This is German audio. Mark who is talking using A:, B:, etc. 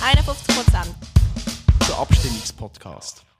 A: 51 Prozent.
B: Der Abstimmungspodcast.